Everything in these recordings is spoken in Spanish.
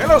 Yo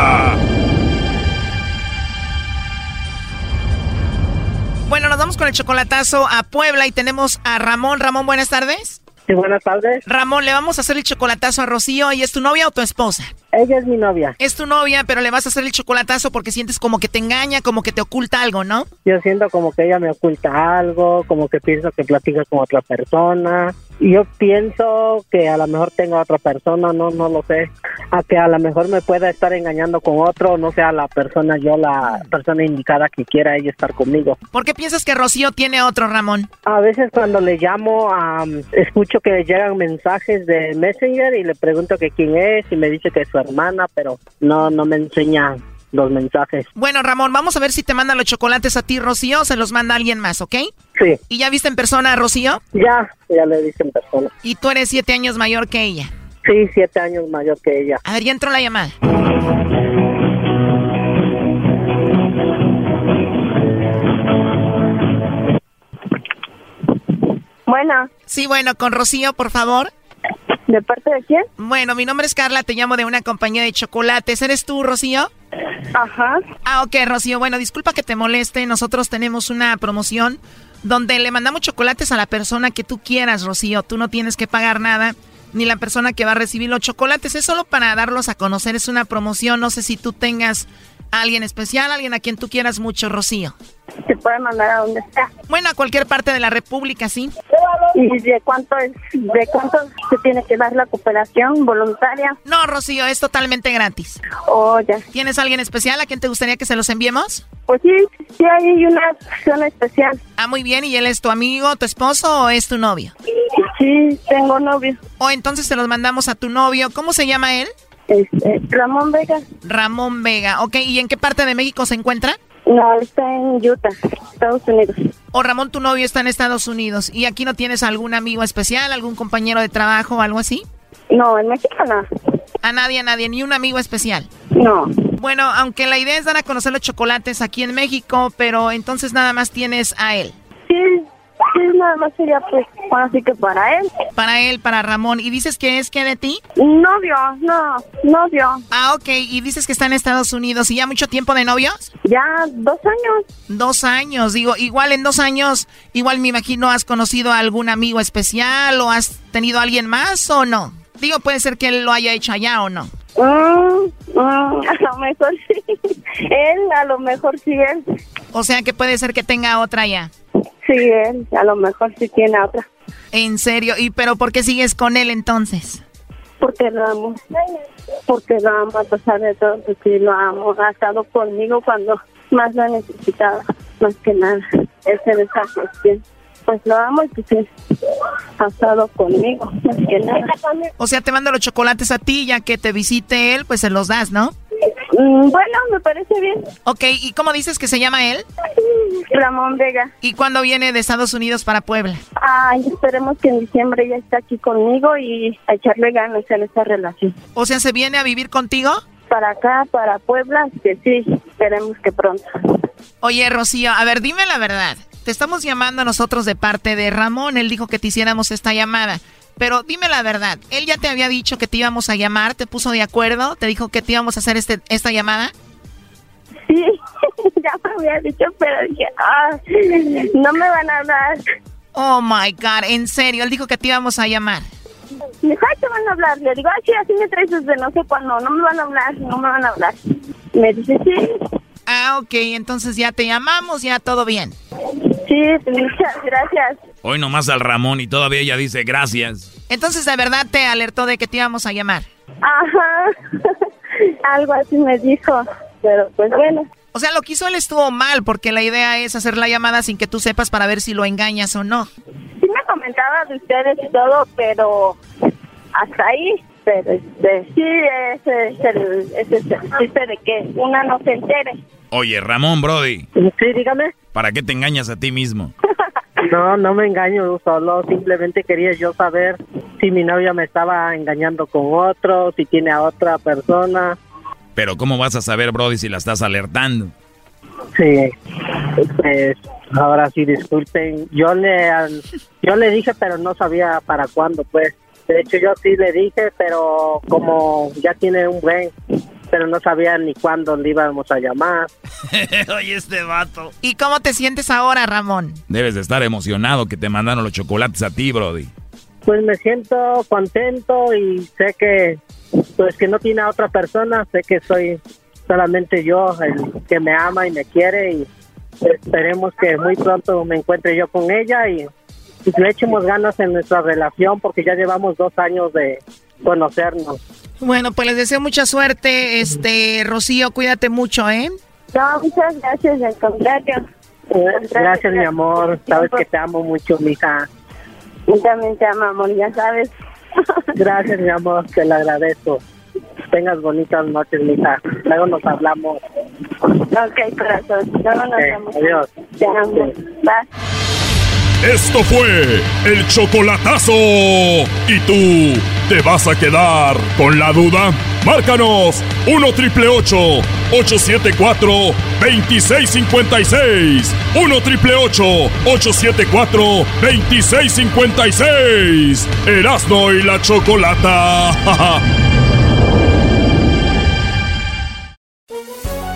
Bueno, nos vamos con el chocolatazo a Puebla y tenemos a Ramón. Ramón, buenas tardes. Sí, buenas tardes. Ramón, le vamos a hacer el chocolatazo a Rocío y es tu novia o tu esposa. Ella es mi novia. Es tu novia, pero le vas a hacer el chocolatazo porque sientes como que te engaña, como que te oculta algo, ¿no? Yo siento como que ella me oculta algo, como que pienso que platica con otra persona. Y yo pienso que a lo mejor tengo a otra persona, no no lo sé. A que a lo mejor me pueda estar engañando con otro, no sea la persona, yo la persona indicada que quiera ella estar conmigo. ¿Por qué piensas que Rocío tiene otro, Ramón? A veces cuando le llamo, am, escucho que le llegan mensajes de Messenger y le pregunto que quién es y me dice que es su hermana, pero no, no me enseña los mensajes. Bueno, Ramón, vamos a ver si te mandan los chocolates a ti, Rocío, o se los manda alguien más, ¿ok? Sí, ¿Y ya viste en persona a Rocío? ya, ya le dicen persona. Y tú eres siete años mayor que ella. Sí, siete años mayor que ella. A ver, ya entró la llamada. Bueno, Sí, bueno, con Rocío, por favor. ¿de parte de quién? Bueno, mi nombre es Carla, te llamo de una compañía de chocolates. ¿Eres tú, Rocío? Ajá. Ah, ok, Rocío. Bueno, disculpa que te moleste. Nosotros tenemos una promoción donde le mandamos chocolates a la persona que tú quieras, Rocío. Tú no tienes que pagar nada, ni la persona que va a recibir los chocolates. Es solo para darlos a conocer. Es una promoción. No sé si tú tengas a alguien especial, alguien a quien tú quieras mucho, Rocío. Se puede mandar a donde sea. Bueno, a cualquier parte de la República, sí. ¿Y de cuánto es, de cuánto se tiene que dar la cooperación voluntaria? No, Rocío, es totalmente gratis. O ya. ¿Tienes alguien especial a quien te gustaría que se los enviemos? Pues sí, sí hay una opción especial. Ah, muy bien. ¿Y él es tu amigo, tu esposo o es tu novio? Sí, tengo novio. O entonces se los mandamos a tu novio. ¿Cómo se llama él? Este, Ramón Vega. Ramón Vega. Ok, ¿y en qué parte de México se encuentra? No, está en Utah, Estados Unidos. O Ramón, tu novio está en Estados Unidos y aquí no tienes algún amigo especial, algún compañero de trabajo o algo así. No, en México no. A nadie, a nadie, ni un amigo especial. No. Bueno, aunque la idea es dar a conocer los chocolates aquí en México, pero entonces nada más tienes a él. Sí, sí, nada más sería pues, así que para él. Para él, para Ramón. ¿Y dices que es que de ti? Novio, no, novio. Ah, ok. ¿Y dices que está en Estados Unidos y ya mucho tiempo de novios? Ya dos años. Dos años, digo, igual en dos años, igual me imagino has conocido a algún amigo especial o has tenido a alguien más o no. Digo, puede ser que él lo haya hecho allá o no. Mm, mm, a lo mejor sí. Él, a lo mejor sí, él. O sea que puede ser que tenga otra allá. Sí, él, a lo mejor sí tiene a otra. En serio, ¿y pero por qué sigues con él entonces? Porque lo amo. Porque lo amo a pesar de todo. Porque lo amo. Ha estado conmigo cuando más lo necesitaba. Más que nada. Esa es esa cuestión. Pues lo amo y pues sí, ha estado conmigo. Más que nada. O sea, te mando los chocolates a ti, ya que te visite él, pues se los das, ¿no? Mm, Bueno, me parece bien. Ok, ¿y cómo dices que se llama él? Ramón Vega. ¿Y cuándo viene de Estados Unidos para Puebla? Ay, esperemos que en diciembre ya esté aquí conmigo y a echarle ganas en esta relación. O sea, ¿se viene a vivir contigo? Para acá, para Puebla, que sí, esperemos que pronto. Oye, Rocío, a ver, dime la verdad. Te estamos llamando a nosotros de parte de Ramón. Él dijo que te hiciéramos esta llamada. Pero dime la verdad. Él ya te había dicho que te íbamos a llamar, te puso de acuerdo, te dijo que te íbamos a hacer este, esta llamada. Sí, ya me había dicho, pero dije, ah, no me van a hablar. Oh my God, en serio, él dijo que te íbamos a llamar. Me dijo, ay, te van a hablar. Le digo, ay, sí, así me traes desde no sé cuándo. No me van a hablar, no me van a hablar. Me dice, sí, Ah, ok, entonces ya te llamamos, ya todo bien. sí, muchas gracias. Hoy nomás al Ramón y todavía ella dice gracias. Entonces de verdad te alertó de que te íbamos a llamar. Ajá, algo así me dijo. Pero pues bueno, O sea, lo que hizo él estuvo mal porque la idea es hacer la llamada sin que tú sepas para ver si lo engañas o no. sí me comentaba de ustedes y todo, pero hasta ahí. Pero este, sí, ese es el, ese es el chiste de que una no se entere. Oye, Ramón, Brody, Sí, dígame. ¿para qué te engañas a ti mismo? No, no me engaño, solo simplemente quería yo saber si mi novia me estaba engañando con otro, si tiene a otra persona. Pero ¿cómo vas a saber, Brody, si la estás alertando? Sí, pues ahora sí, disculpen. Yo le, al- yo le dije, pero no sabía para cuándo, pues. De hecho, yo sí le dije, pero como ya tiene un buen, pero no sabía ni cuándo le íbamos a llamar. Oye, este vato. ¿Y cómo te sientes ahora, Ramón? Debes de estar emocionado que te mandaron los chocolates a ti, Brody. Pues me siento contento y sé que, pues que no tiene a otra persona, sé que soy solamente yo el que me ama y me quiere y esperemos que muy pronto me encuentre yo con ella y, y le echemos ganas en nuestra relación porque ya llevamos dos años de conocernos. Bueno, pues les deseo mucha suerte, este Rocío, cuídate mucho, ¿eh? No, muchas gracias, al contrario. Gracias mi amor, sabes que te amo mucho mija. Yo también te amo, amor, ya sabes. Gracias mi amor, te lo agradezco. Tengas bonitas noches mija, luego nos hablamos. ok, corazón. Luego nos Ok, vemos. adiós. Te amo. Bye. Esto fue el chocolatazo. ¿Y tú te vas a quedar con la duda? Márcanos 1 triple 874 2656. 1 triple 874 2656. Erasno y la chocolata.